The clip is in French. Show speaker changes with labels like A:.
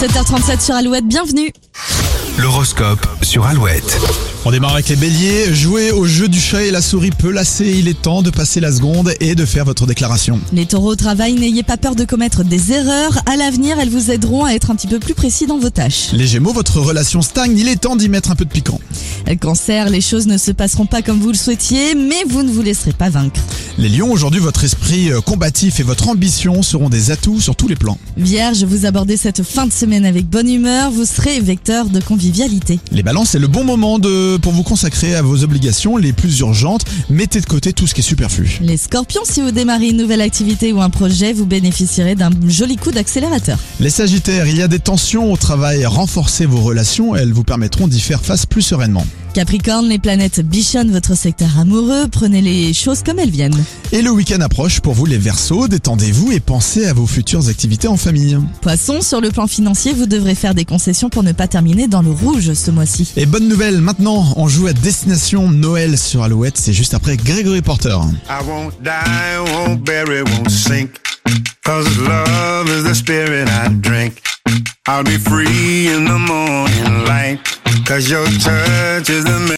A: 7h37 sur Alouette, bienvenue
B: L'horoscope sur Alouette.
C: On démarre avec les béliers. Jouer au jeu du chat et la souris peut lasser. Il est temps de passer la seconde et de faire votre déclaration.
A: Les taureaux au travail, n'ayez pas peur de commettre des erreurs. À l'avenir, elles vous aideront à être un petit peu plus précis dans vos tâches.
C: Les gémeaux, votre relation stagne. Il est temps d'y mettre un peu de piquant.
A: Cancer, les choses ne se passeront pas comme vous le souhaitiez, mais vous ne vous laisserez pas vaincre.
C: Les lions, aujourd'hui, votre esprit euh, combatif et votre ambition seront des atouts sur tous les plans.
A: Vierge, vous abordez cette fin de semaine avec bonne humeur, vous serez vecteur de convivialité.
C: Les balances, c'est le bon moment de, pour vous consacrer à vos obligations les plus urgentes. Mettez de côté tout ce qui est superflu.
A: Les scorpions, si vous démarrez une nouvelle activité ou un projet, vous bénéficierez d'un joli coup d'accélérateur.
C: Les sagittaires, il y a des tensions au travail. Renforcez vos relations. Elles vous permettront d'y faire face plus sereinement.
A: Capricorne, les planètes bichonnent votre secteur amoureux, prenez les choses comme elles viennent.
C: Et le week-end approche pour vous les versos, détendez-vous et pensez à vos futures activités en famille.
A: Poisson, sur le plan financier, vous devrez faire des concessions pour ne pas terminer dans le rouge ce mois-ci.
C: Et bonne nouvelle, maintenant on joue à destination Noël sur Alouette, c'est juste après Gregory Porter.
D: I won't die, won't bury, won't sink. Cause love is the spirit I drink. I'll be free in the morning light. Cause your touch is the